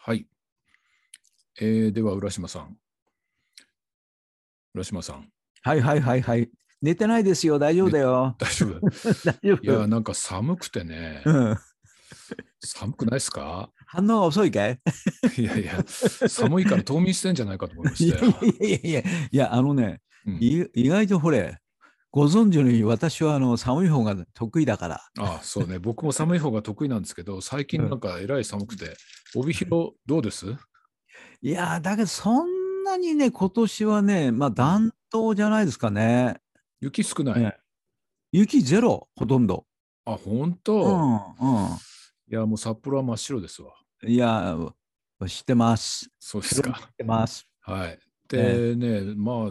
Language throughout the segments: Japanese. はい。えー、では、浦島さん。浦島さん。 はいはいはいはい。寝てないですよ。大丈夫だ よ。大丈夫大丈いや、なんか寒くてね。夫。うん。寒くないですか反応が遅いかいいやいや、寒いから冬眠してんじゃないかと思いまいしやたよ。いやいやいや、いや、あのね、うんい意外とほれ、ご存知のように私はあの寒い方が得意だから。ああそうね。僕も寒い方が得意なんですけど、最近なんかえらい寒くて、帯広どうですいやー、だけどそんなにね、今年はね、まあ暖冬じゃないですかね。雪少ない。ね雪ゼロ、ほとんど。あ、本う当、ん、いや、もう札幌は真っ白ですわ。うん。いやー、知ってます。そうです知 か。ってます。はい。でね、まあ、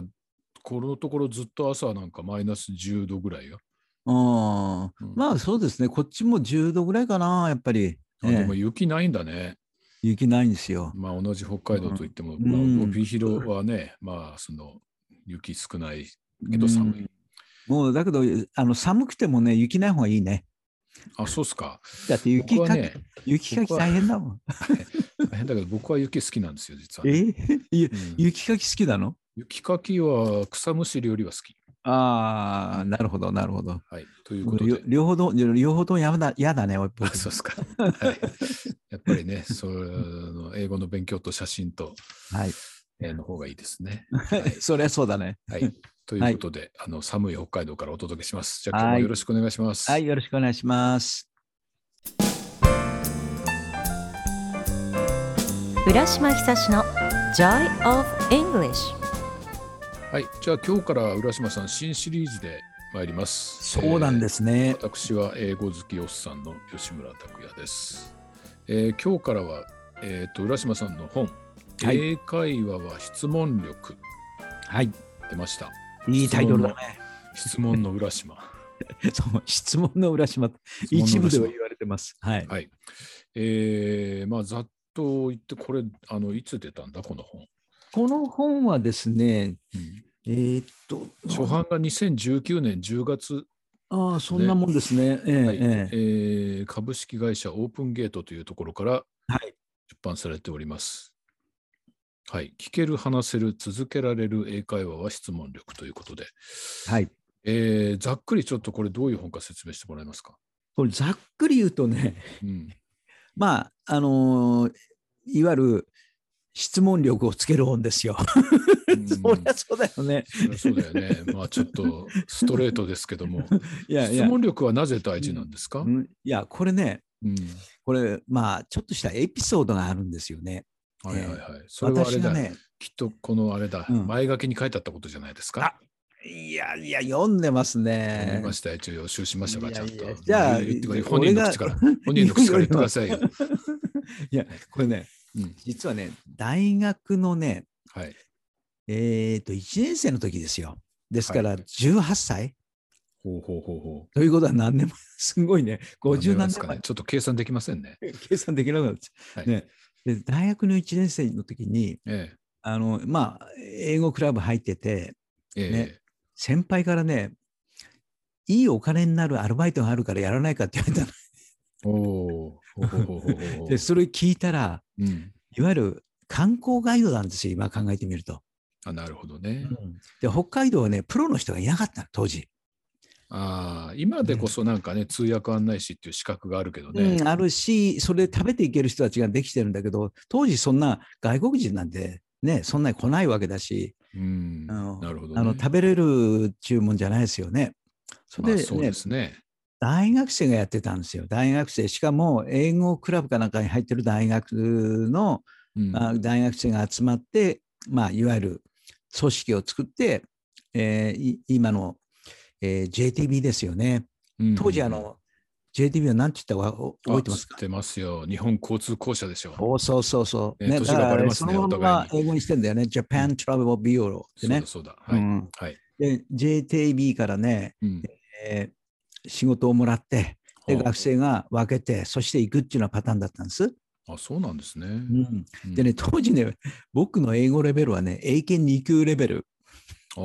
このところずっと朝なんかマイナス10度ぐらいよ。うん。うんまあそうですね、こっちも10度ぐらいかな、やっぱり。あええでも雪ないんだね。雪ないんですよ。まあ、同じ北海道といっても、んまあうん帯広はね、まあ、その雪少ないけど寒い。うんもうだけどあの寒くてもね雪ない方がいいね。あ、そうっすか。だって雪僕かはき、ね、雪かき僕は大変だもん。大 変だけど、僕は雪好きなんですよ、実はね、え ゆうん雪かき好きなの雪かきは草むしりよりは好き。ああなるほどなるほど。はい。ということよで。両方と両方ともやだやだね。俺あ そうっすか。はい。やっぱりね、その英語の勉強と写真と、はい。えーの方がいいですね。はい。そりゃそうだね。はい、ということで、あの寒い北海道からお届けします。じゃあ今日はもいよろしくお願いします。はいよろしくお願いします。浦島ひさしの Joy of English はいじゃあ今日から浦島さん新シリーズで参ります。、そうなんですすね。私は英語好きおっさんの吉村拓也です。えー今日からは、えー、と浦島さんの本、はい英会話は質問力はい。出ました。いいタイトルだね。質問の浦島。 そう質問の裏島一部では言われてます。はい。はい。えー、まあざっと言ってこれあのいつ出たんだこの本。この本はですね、うんえーっと、初版が2019年10月ああ、そんなもんですね。ええはいえええー株式会社オープンゲートというところからはい出版されております。はい、聞ける、話せる、続けられる英会話は質問力ということで、はい。えーざっくりちょっとこれどういう本か説明してもらえますか。これざっくり言うとね、 うん、まあ、あのーいわゆる質問力をつける本ですよ。 そりゃそうだよね。うんそりゃそうだよね。まあちょっとストレートですけども、 いやい質や、問力はなぜ大事なんですか、うんいや、これね、うんこれ、まあ、ちょっとしたエピソードがあるんですよね。はいはいはい。それはあれ私がだ、ね、きっとこのあれだ、うん前書きに書いてあったことじゃないですか。いやいや、読んでます思いね。ましたよ。一応予習しましたから、ちゃんいやいとや。じゃあ言ってくれ本俺人のが口から、本人の口から言ってくださいよ。いや、これね、うん実はね、大学のね、はい。えっ、と、1年生の時ですよ。ですかはら、い18歳ほうほうほうほということは何年前、 すごいね、う。 50なん何です年か前ね。ちょっと計算できませんね。計算できなくなっちゃ。はいうねで大学の1年生の時にえあの、まあ、英語クラブ入っててえええね先輩からねいいお金になるアルバイトがあるからやらないかって言われたおおー。ほうほうほうほうほのう でそれ聞いたらうん。いわゆる観光ガイドなんですよ今考えてみると。あ、なるほどね。で北海道はねプロの人がいなかったの当時、ああ、今でこそなんかね、通訳案内士っていう資格があるけどね。うんあるしそれで食べていける人たちができてるんだけど当時そんな外国人なんてねそんなに来ないわけだし、うん。あのなるほどね。あの食べれる注文じゃないですよね。そまれあで,、そうねですね。大学生がやってたんですよ。大学生。しかも、英語クラブかなんかに入ってる大学の、うんあ大学生が集まって、まあ、いわゆる組織を作って、えーい今の、えー JTB ですよね。当時、あ、うんうんうんの、JTB は何て言ったかお覚えてますあか知ってますよ。日本交通公社でしょ。そうそうそうそう。ね年がバレますねだからそのまおま互英語にしてんだよね。Japan Travel Bureau ってね。そうだそうだ。はい。うんはい。で、JTB からね、うんえー仕事をもらってでほう学生が分けてそして行くっていうようなパターンだったんです。あ、そうなんですね。でね当時ね僕の英語レベルはね英検2級レベル。あ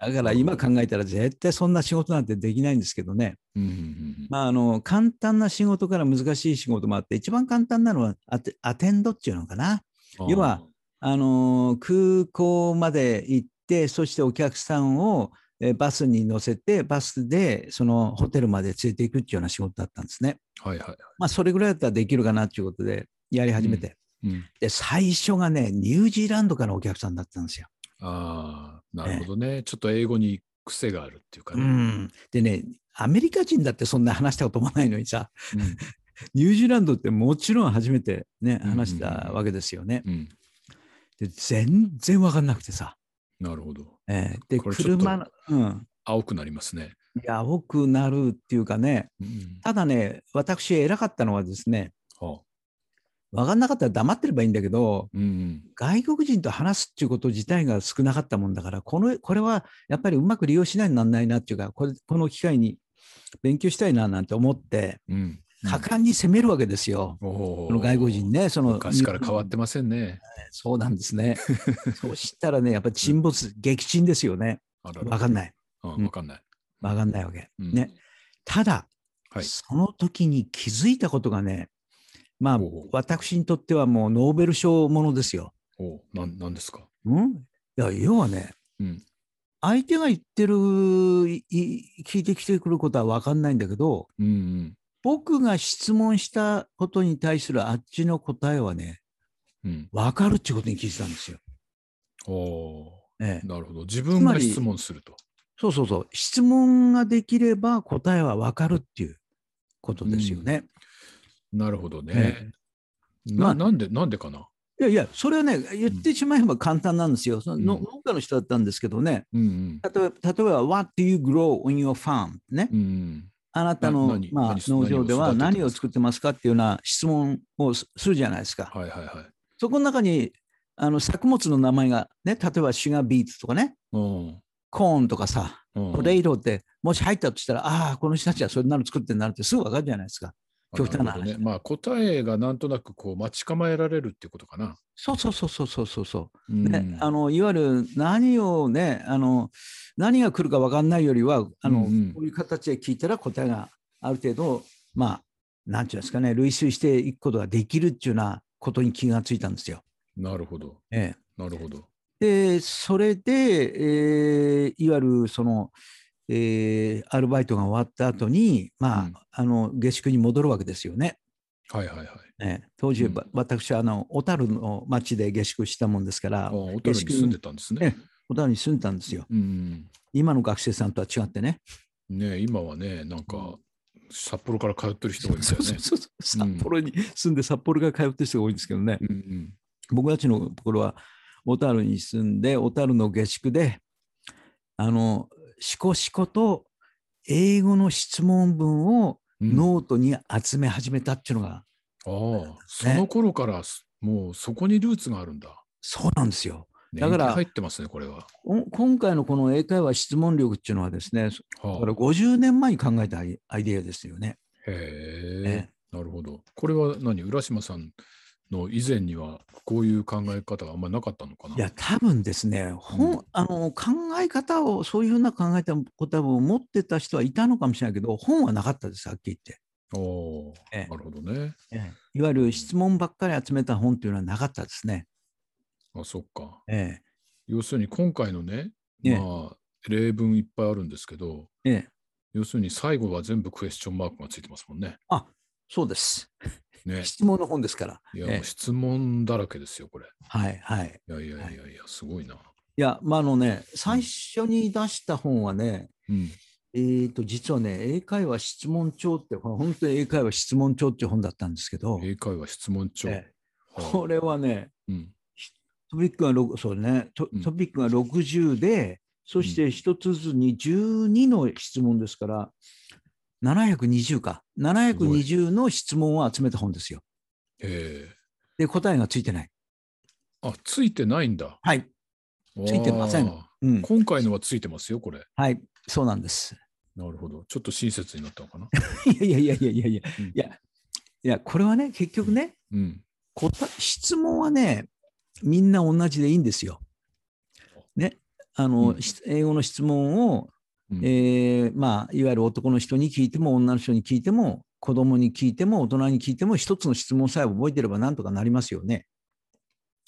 あ。だから今考えたら絶対そんな仕事なんてできないんですけどね。うんうんうんまあ、あの、簡単な仕事から難しい仕事もあって、一番簡単なのはアテアテンドっていうのかな。あー要は、あの、空港まで行って、そしてお客さんをえーバスに乗せて、バスでそのホテルまで連れていくっていうような仕事だったんですね。はいはい。まあ、それぐらいだったらできるかなっていうことで、やり始めて。うん、で、最初がね、ニュージーランドからのお客さんだったんですよ。ああ、なるほどね。ちょっと英語に癖があるっていうかうね。ん。でね、アメリカ人だってそんな話したこともないのにさ、うんニュージーランドってもちろん初めてうね、んうんうん話したわけですよね。うんで、全然わかんなくてさ。なるほど。えーで、これちょっと車の、うん。青くなりますね。いや、青くなるっていうかね、うんただね、私偉かったのはですね、はあわかんなかったら黙ってればいいんだけど、うんうん外国人と話すっていうこと自体が少なかったもんだから、この、これはやっぱりうまく利用しないとなんないなっていうか、これ、この機会に勉強したいななんて思って、うんうん果敢に攻めるわけですよ。おーこの外国人ね、その。昔から変わってませんね。そうなんで すね。そうしたらね、やっぱり沈没、撃沈ですよね。あららわかんない。うんうんわかんない。わかんないわけ。うんね。。ただ、はい。その時に気づいたことがね、まあおう、私にとってはもうノーベル賞ものですよ。おうなんなんですか。うんいや、要はね、うん相手が言ってる、いい聞いてきてくることはわかんないんだけど、うんうん僕が質問したことに対するあっちの答えはね、うん。わかるってことに気づいたんですよ。おおええー。なるほど。自分がつまり質問すると。そうそうそう。質問ができれば答えはわかるっていうことですよね。なるほどえね。まなあなんで、なんでかな。いやいや、それはね、言ってしまえば簡単なんですよ。そのうん農農家の人だったんですけどね、うん例えば、例えば What do you grow on your farm? ねう、ん。うんあなたの何、まあ何、す農場では何何をを育作ってますかっていうような質問をすするじゃないですか。はいはいはい。そこの中にあの作物の名前が、ね、例えばシュガービーツとかね、うんコーンとかさ、うん。ポテイロって、もし入ったとしたら、ああ、この人たちはそれなの作ってんなるってすぐ分かるじゃないですか。極端な話あるほどね。まあ答えがなんとなくこう待ち構えられるっていうことかな。そうそうそうそうそうそうそう。うんね、あのいわゆる何をねあの何が来るか分かんないよりはあの、うんうんこういう形で聞いたら答えがある程度まあなんていうんですかね類推していくことができるっていうようなことに気がついたんですよ。なるほど。えなるほど。え、でそれで、えーいわゆるその、えーアルバイトが終わった後にまあ,、うんあの下宿に戻るわけですよね。はいはいはい。ええ当時、うんば私はあの小樽の町で下宿したもんですかあらあ、小樽に住んでたんですね。小樽に住んでたんですよ。うん。今の学生さんとは違ってね。ね今はね、なんか札幌から通ってる人がいるんだそようそねう。そうそううん札幌に住んで札幌から通ってる人が多いんですけどね、うんうん僕たちのところは小樽に住んで小樽の下宿であのしこしこと英語の質問文をうんノートに集め始めたっていうのが、ああ、その頃からすもうそこにルーツがあるんだ。そうなんですよだだかからら入ってますね、これは。こん今回のこの英会話質問力っていうのはですねだからはあ、 50年前に考えたアイアイデアですよね。へねえ、なるほど。これは何浦島さんの以前にはこういう考え方があんまりなかったのかないや、多分ですね、う本んあの考え方を、そういうふうな考えたことを持ってた人はいたのかもしれないけど、本はなかったです、はっきり言っおーええなるほどね。て。いわゆる質問ばっかり集めた本というのはなかったですね。あ、そっか。え要するに今回のね、ええまあ、例文いっぱいあるんですけど、えええ要するに最後は全部クエスチョンマークがついてますもんね。そうです。ね。質問の本ですから。いや、ええもう質問だらけですよ、これ。はいはい。いやいやいやいや、すごいな。いや、まあ、あのね、最初に出した本はね、うん。えー、と実はね、英会話質問帳って、これ本当に英会話質問帳っていう本だったんですけど、英会話質問帳。ええはあこれはね、うん。トピックが6、そうね、トうんトピックが60で、そして一つずつに12の質問ですから、720か。720の質問を集めた本ですよ。ええで、答えがついてない。あ、ついてないんだ。はい。ついてませんあうんー。今回のはついてますよ、これ。はい。そうなんです。 なるほど。ちょっと親切になったのかな。いやいやいやいやいやいやうん。いや、いやこれはね、結局ね、うん。答質問はね、みんな同じでいいんですよ。ね。あの、うんし英語の質問を、うんえーまあ、いわゆる男の人に聞いても女の人に聞いても子供に聞いても大人に聞いても一つの質問さえ覚えてればなんとかなりますよね。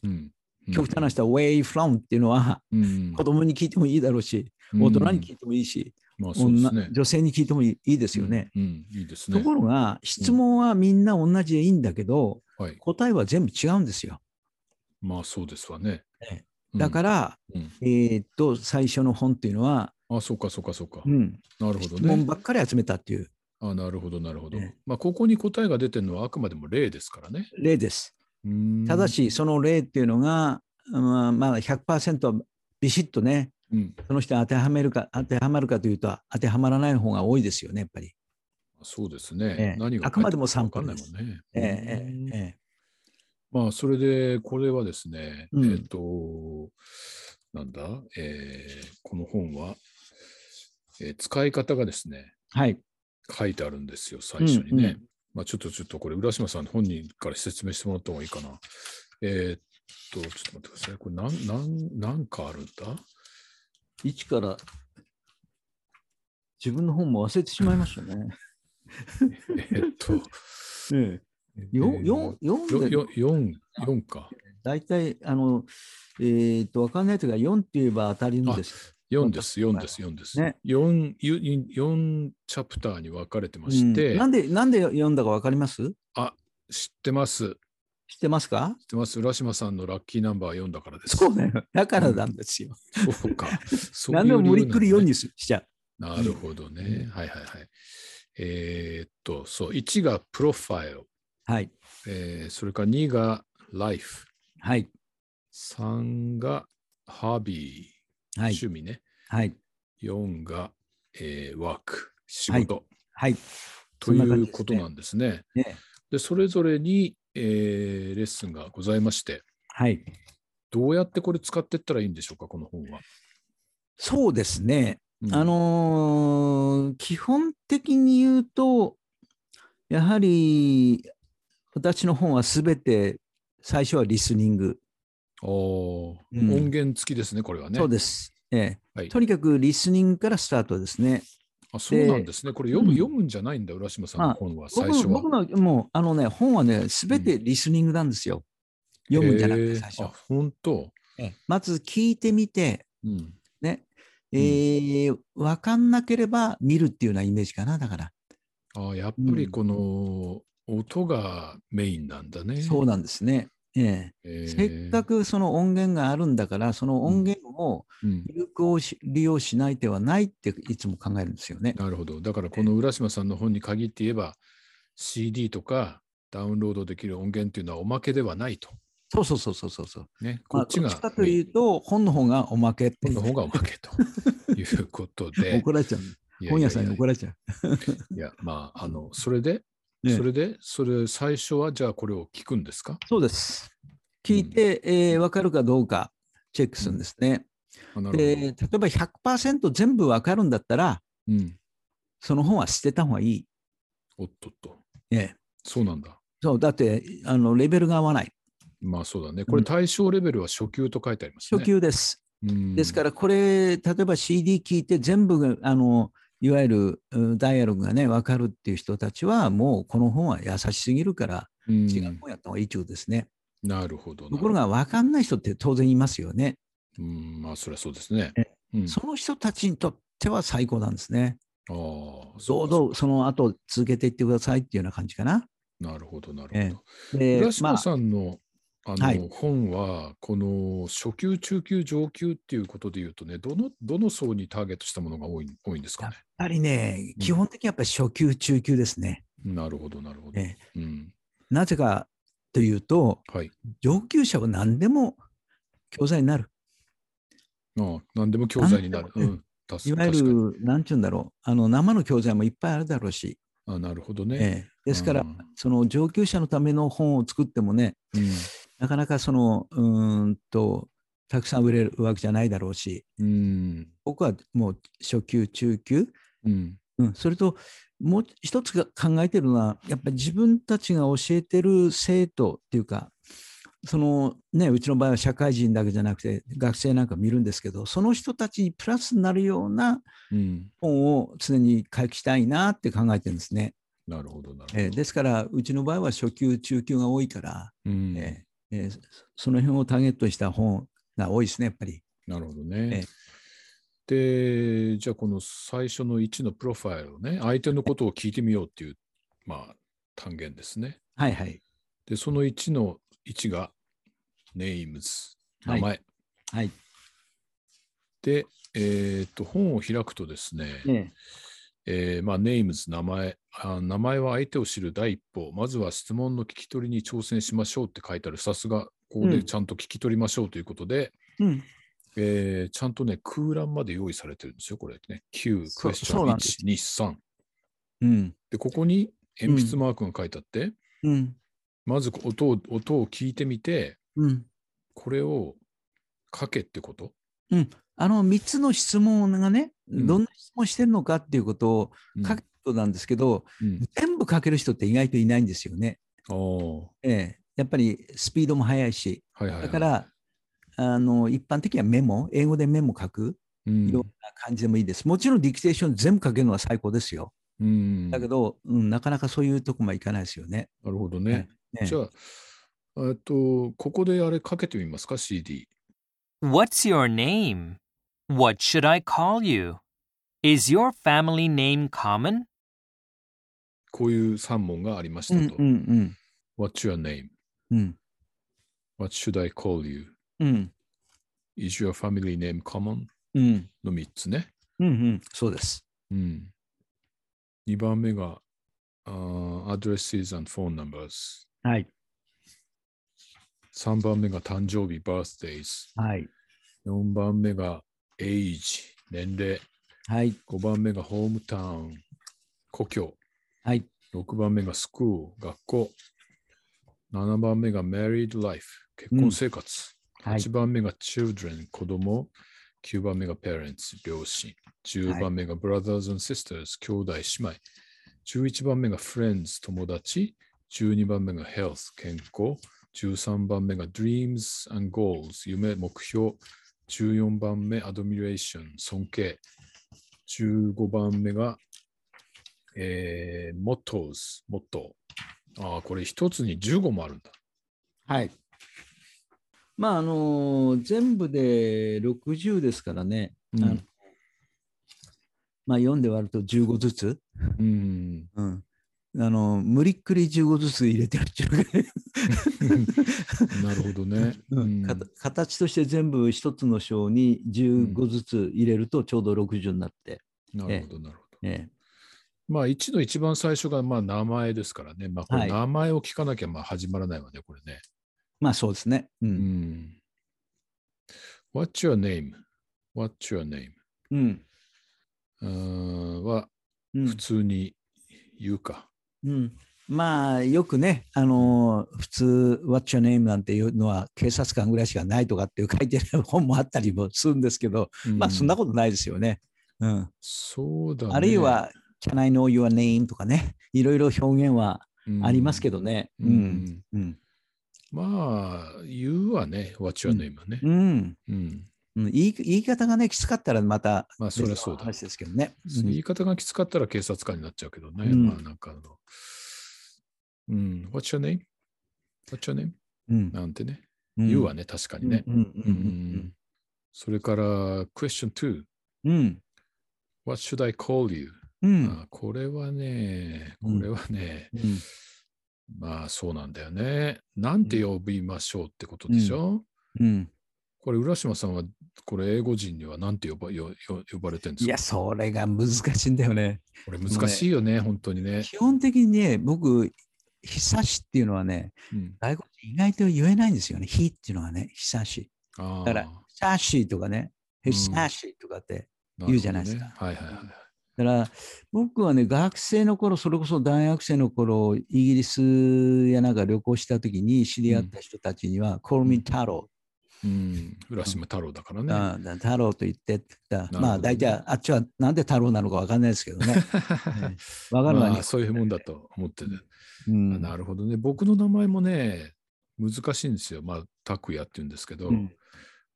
うんうん極端な人は「way from」っていうのはうん子供に聞いてもいいだろうし大人に聞いてもいいし、うんまあそうですね女。女性に聞いてもいいいいですよね。うん。うんいいですね。ところが質問はみんな同じでいいんだけど、はい。答えは全部違うんですよ。まあそうですわねね。うんだから、うんえーっと最初の本っていうのは、あ、そうかそうかそうか。うん、なるほど質問ね。ばっかり集めたっていうあ、なるほどなるほどええ。まあここに答えが出てるのはあくまでも例ですからね。例です。うーんただ、しその例っていうのが、まあ、まあ100%ビシッとねうん、その人に当てはめるか当てはまるかというと当てはまらない方が多いですよねやっぱり。そうですね。ええ何があくまでも書い参て考あるかで分すかんないもんね。ええうんえええまあそれでこれはですね、うんえっ、となんだ、えーこの本は、えー使い方がですねえはい。書いてあるんですよ最初にね。うんうんまあちょっとちょっとこれ浦島さん本人から説明してもらった方がいいかな。えーっとちょっと待ってください。これ何何何かあるんだ 一から自分の本も忘れてしまいましたね。えーっ とええ、よよ読んで4か。大体あの、えー、と分かんないというか4って言えば当たりのです。 4です、4です、4です。ね四ゆ4チャプターに分かれてまうんして、なんでなんで読んだか分かります知ってます。知ってますか知ってます浦島さんのラッキーナンバー4だからです。そうだよ。 だからなんですよ。そう か。そういう何でも無理理由っなのくりね4にすしちゃう。なるほどね。うんはいはいはい。えーっと、そう、1がプロファイル、はい。えーそれから2がライフ、はい。 3がハビー、はい。趣味ね、はい。 4が、えーワーク、仕はい事、はい。とそんな感いじうですねことなんですね。ね。で、それぞれに、えーレッスンがございまして、はい。どうやってこれ使っていったらいいんでしょうか、この本は。そうですね。うんあ、のー基本的に言うと、やはり私の本はすべて最初はリスニング。おーうん音源付きですね、これはね。そうです。ええはいとにかくリスニングからスタートですね。あそうなんですね。これ読む,、うん読むんじゃないんだ、浦島さんまのあ本は、最僕初のは。僕のもうあのね本はねすべてリスニングなんですよ。読むんじゃなくて最初えーあ、。本当。ええまず聞いてみて、うん。ね、んえーわかんなければ見るっていうようなイメージかな、だから。あやっぱりこの音がメインなんだね。そうなんですね。えええーせっか、くその音源があるんだから、その音源をうん有効し利用しない手はないっていつも考えるんですよね。なるほど。だからこの浦島さんの本に限って言えば、CD とかダウンロードできる音源っていうのはおまけではないと。そうそうそうそうそうそう。ね、こまあ、っちどがっちかとメいイうン。と、本の方がおまけって本の方がおまけということ で。怒られちゃう。いやいやいや本屋さんに怒られちゃう。いや、まあ、あの、それで、ねそれで、それ、最初は、じゃあこれを聞くんですかそうです。聞いて、えーわかるかどうかチェックするんですね。あなるほどで、例えば100%全部わかるんだったら、うん。その本は捨てた方がいい。おっとっと。ええそうなんだ。そうだってあのレベルが合わない。まあそうだね。これうん対象レベルは初級と書いてありますね。初級です。うん。、ですかららこれ、例えば CD 聞いて全部があのいわゆるうんダイアログがね分かるっていう人たちはもうこの本は優しすぎるから違う本やった方がいいということですね。なるほど。ところなるが分かんない人って当然いますよね。ほど、うん、まあそりゃそうですね。うん、その人たちにとっては最高なんですね。ああ、どそううかぞその後続けていってくださいっていうような感じかな。なるほど、なるほど。えで浦島さんの、あの、はい本は、この初級、中級、上級っていうことで言うとね、どの、どの層にターゲットしたものが多い、多いんですかね。やっぱりね、うん基本的にやっぱり初級、中級ですね。なるほど、なるほど。えうん。なぜかというと、はい。上級者は何でも教材になる。ああ、何でも教材になる。何でもうん。たすいわ確かにゆる、なんて言うんだろう、あの生の教材もいっぱいあるだろうし、あなるほどね。ええですから、うんその上級者のための本を作ってもね、なかなかその、うーんと、たくさん売れるわけじゃないだろうし、うん。うん。僕はもう初級、中級、うん。うん、それと、もう一つが考えてるのは、やっぱり自分たちが教えてる生徒っていうか、そのね、うちの場合は社会人だけじゃなくて学生なんか見るんですけどその人たちにプラスになるようなうん。本を常に書きたいなって考えてるんですね。なるほど、なるほど。えーですからうちの場合は初級中級が多いから、うんえーえーその辺をターゲットにした本が多いですねやっぱり。なるほどね。で、じゃあこの最初の1のプロファイルをね、相手のことを聞いてみようっていう、まあ、単元ですね。はいはいで、その1の1が、names、は名い前。はい。で、えっと、本を開くとですね、ええーまあ、ネイムズ、名前あ、名前は相手を知る第一歩、まずは質問の聞き取りに挑戦しましょうって書いてある、さすが、ここうでんちゃんと聞き取りましょうということで、うん、えーちゃんとね、空欄まで用意されてるんですよ、これね。9、そクエスチョそうンなんです 1、2、3。うんで、ここに鉛筆マークが書いてあって、うんまず音を音を聞いてみて、うんこれを書けってことあの3つの質問がね、うんどんな質問してるのかっていうことをうん書くことなんですけど、うん全部書ける人って意外といないんですよね。あーええやっぱりスピードも速いし、はいはいはい、だから、あの一般的にはメモ、英語でメモ書くうん、ような感じでもいいです。もちろんディクテーション全部書けるのは最高ですよ。うん、だけど、うんなかなかそういうとこまでいかないですよね。なるほどね。ええじゃあ、えっと、ここであれかけてみますか、CD。 What's your name? What should I call you? Is your family name common? こういう3問がありましうんたと。うん What's your name? うんうん What should I call you? うん Is your family name common? うんの3つね。うんうんそうです。うん、2番目が、uh, Addresses and phone numbers。はい3番目が誕生日、birthdays。はい4番目が age、年齢。はい5番目がホームタウン、故郷。はい6番目が school、学校。7番目が married life、結婚生活。はい8番目が children、子供。9番目が parents、両親。10番目が brothers and sisters、兄弟、姉妹。11番目が friends、友達。12番目が health、健康。13番目が dreams and goals、夢、目標。14番目、admiration、尊敬。15番目がえー、モットーズ、モットー。ああ、これ一つに15もあるんだ。はい。まああの全部で60ですからね、うんあのまあ、4で割ると15ずつ、うん。あの無理っくり15ずつ入れてるっていうかね なるほどね。うんかた形として全部一つの章に15ずつ入れるとちょうど60になって、なるほど、なるほど。ええまあ、1の一番最初がまあ名前ですからね。まあ、こはれい名前を聞かなきゃまあ始まらないわね、これね。まあそうですね。ううんん。What's your name?What's your name? うんうーんはうん普通に言うか。うんまあよくね、あのー普通、What's your name なんていうのは警察官ぐらいしかないとかっていう書いてる本もあったりもするんですけど、まあそんなと。ことないですよね。うん、そうだね。あるい、は、Can I know your name とかね、いろいろ表現はありますけど。どね。う。うんん。うん。まあ、言うはね、What's your name? はね。うん。うん。うん言い言い方がね、きつかったらまた、まあそりゃそうだ話ですけどね。うん言い方がきつかったら警察官になっちゃうけどね。うんまあなんかあの、うん、What's your name?What's your name? うんなんてね。うん言うわね、確かにねう。んううんんそれから、Question 2。うんうん。 What should I call you?、うん。うんあこれはね、こうんれはね、うんまあそうなんだよね。なんて呼びましょうってことでしょ、うんこれ、浦島さんは、これ、英語人にはなんて呼ばよよ呼ばれてるんですいかや、それが難しいんだよね。これ難しいよね、本当にね。基本的にね、僕、ひさしっていうのはね、うん、外国人意外と言えないんですよね。ひっていうのはね、ひさし。あーだからひさしとかね、うんひさしとかって、なるほどね言うじゃないですかはいはいはい。だから僕はね学生の頃それこそ大学生の頃イギリスやなんか旅行した時に知り合った人たちには「コルミ太郎うん、浦島太郎だから」 ね。あー太郎と言ってって言ったどねらまあ大体あっちはなんで太郎なのか分かんないですけど ねね分かるのはまねあ、そういうもんだと思ってて、うんなるほどね。僕の名前もね、難しいんですよ。まあ、拓也って言うんですけど、うん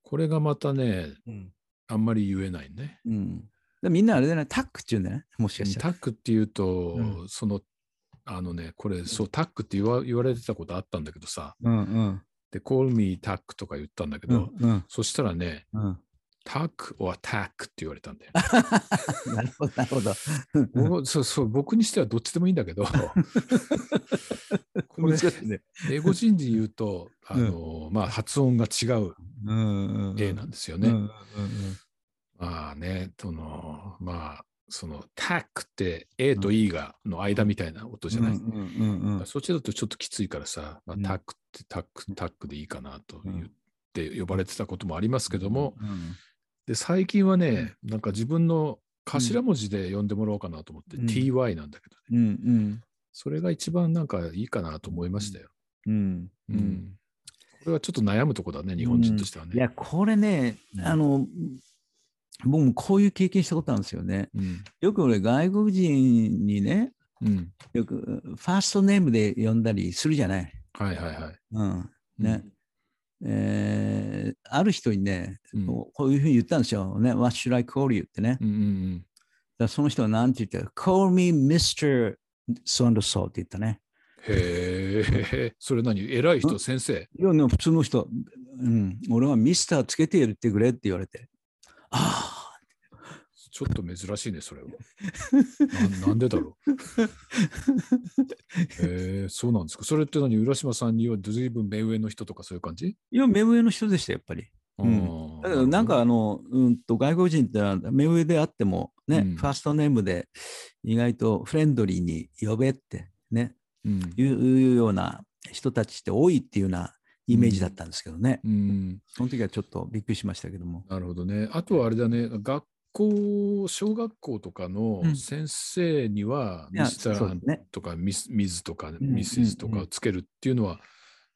これがまたね、うんあんまり言えないね。うん、でみんなあれだね、タックって言うんだね、もしかしたら。タックっていうと、うその、あのね、これ、そう、タックって言わ言われてたことあったんだけどさ、うんうんで、call me タックとか言ったんだけうど、んうんそしたらね、うん、タック or タックって言われたんだ よ。なるほど、なるほど。僕はそうそう僕にしてはどっちでもいいんだけ ど、これ難しいね。英語人で言うと、あうんの、まあ、発音が違ううんうん、例なんですようね。んうんうんまあね、その、まあ、その、タックって A と E が、の間みたいな音じゃない。うんうんうんうんそっちだとちょっときついからさ、まあうんタックってタック、タックでいいかなとう言っんて呼ばれてたこともありますけども、うんで、最近はね、なんか自分の頭文字で呼んでもらおうかなと思って、うん TY なんだけどね。うんそれが一番なんかいいかなと思いましたよ。うんううんん。これはちょっと悩むとこだね、日本人としてはね。いや、これねう、んあの、僕もこういう経験したことあるんですよね。うん。よく俺、外国人にね、うん。よくファーストネームで呼んだりするじゃない。はいはいはい。うん。ね。えーある人にね、うんこういうふうに言ったんですよ。ね、What should I call you? ってね。だかうんうんらその人は何て言ったか、Call me Mr. So and so って言ったね。うん。へえ、 それ何偉い人、先生。いや、でも普通の人、うん、俺はミスターつけてやってくれって言われて。ああ、ちょっと珍しいね、それは。ななんでだろ う。へえ、そうなんですか。それって何浦島さんにはずいぶん目上の人とかそういう感じいや、目上の人でした、やっぱり。うんだけどなんかあ、の、うんと外国人ってのは目上であってもね、うんファーストネームで意外とフレンドリーに呼べってね、うん。いういうような人たちって多いっていうようなイメージだったんですけどね。うんその時はちょっとびっくりしましたけども。なるほどね。あとはあれだね、学校、小学校とかのうん先生には、いやミスタそうでーすねとかミス、ミズとか、んミセスとうんかうをつけるっていうのは、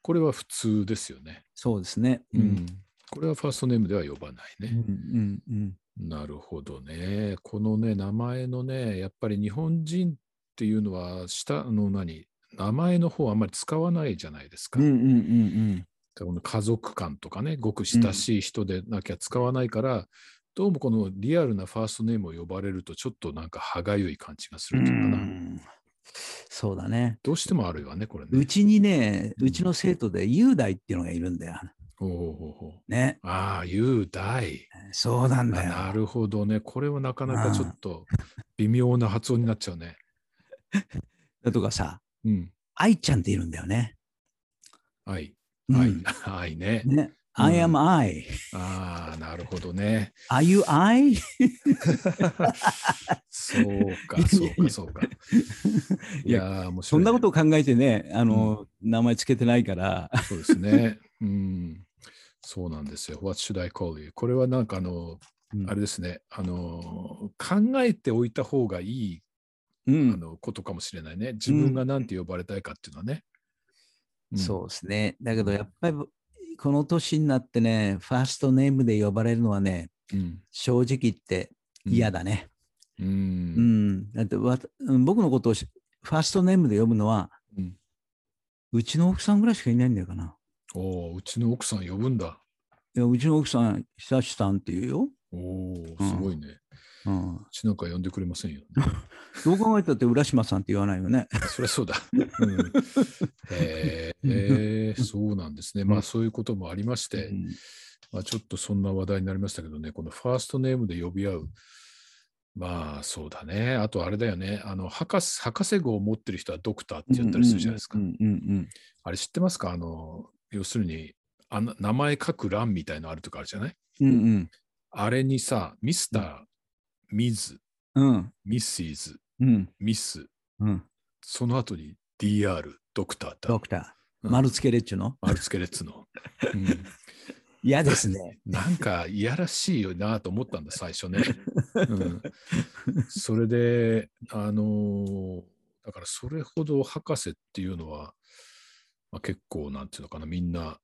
これは普通ですよね。そうですね。う。うんんこれはファーストネームでは呼ばないうんね。うんうんなるほどね。このね、名前のね、やっぱり日本人っていうのは、下の何、名前の方あんまり使わないじゃないですか。うんうんうんこの家族間とかね、ごく親しい人でなきゃ使わないから、どうもこのリアルなファーストネームを呼ばれると、ちょっとなんか歯がゆい感じがすうるんというかな。うん。そうだね。どうしてもあるよね、これね。うちにね、うちの生徒で雄大っていうのがいるんだよ。ほうほうほうほね。うああ、雄大。そうなんだよ。なるほどね。これはなかなかちょっと微妙な発音になっちゃうね。だとかさ、うん。愛ちゃんっているんだよね。愛。うん愛。 愛ね。ね。I am I. ああ、なるほどね。 Are you I? そうか、そうか、そう か。いやー、面白い、ね。そんなことを考えてね、あの、名前つけてないから。そうですね。 うん。そうなんですよ。What should I call you? これはなんかあの、あれですね。あの、考えておいた方がいい、うあん。のことかもしれないね。自分が何て呼ばれたいかっていうのはね。うんそうですね。だけど、やっぱり、この年になってね、ファーストネームで呼ばれるのはね、うん。正直言ってうん嫌。だね。う。うんん。だってわた、うん僕のことをしファーストネームで呼ぶのは、うんうちの奥さんぐらいしかいないんだよかな。おーうちの奥さん呼ぶんだ。いやうちの奥さん、久しさんって言うよ。おおすごいね。ううん。ちなんか呼んでくれませんよ。どう考えたって浦島さんって言わないよね。そりゃ そうだ。うん、えーえーそうなんですね。まあそういうこともありまして、まあ、ちょっとそんな話題になりましたけどね、このファーストネームで呼び合う。まあそうだね。あとあれだよね。あの、博士、博士号を持ってる人はドクターって言ったりするじゃないですか。うんうんうんあれ知ってますかあの、要するに、あの名前書く欄みたいのあるとかあるじゃないうんうんあれにさ、ミスター、ミズ、うんミシーズ、うんミス、うんその後に DR、ドクターってあドるクタうー、ん丸つけれっちゅうのマルツケレッツの。うん嫌 ですね。なんかいやらしいよなと思ったんだ、最初ね。 うん、それで、あのーだからそれほど博士っていうのは、まあ、結構なんていうのかな、みんな、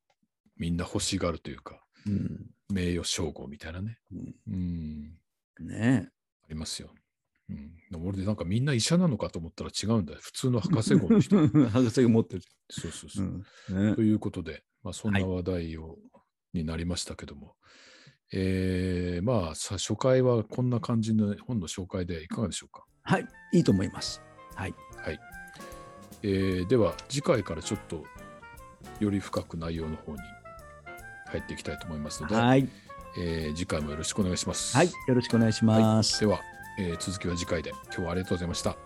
みんな欲しがるというか、うん名誉称号みたいなね、うん、ね ありますよ。うん、俺なんかみんな医者なのかと思ったら違うんだよ。普通の博士号の 人。博士が持ってる。そうそうそうう。んねということで、まあ、そんはない話題を、になりましたけども、えーまあさ初回はこんな感じの本の紹介でいかがでしょうか。はい、いいと思います。はい。えーでは次回からちょっとより深く内容の方に入っていきたいと思いますので、はい。えー次回もよろしくお願いします。はい。よろしくお願いします。では、えー続きは次回で今日はありがとうございました。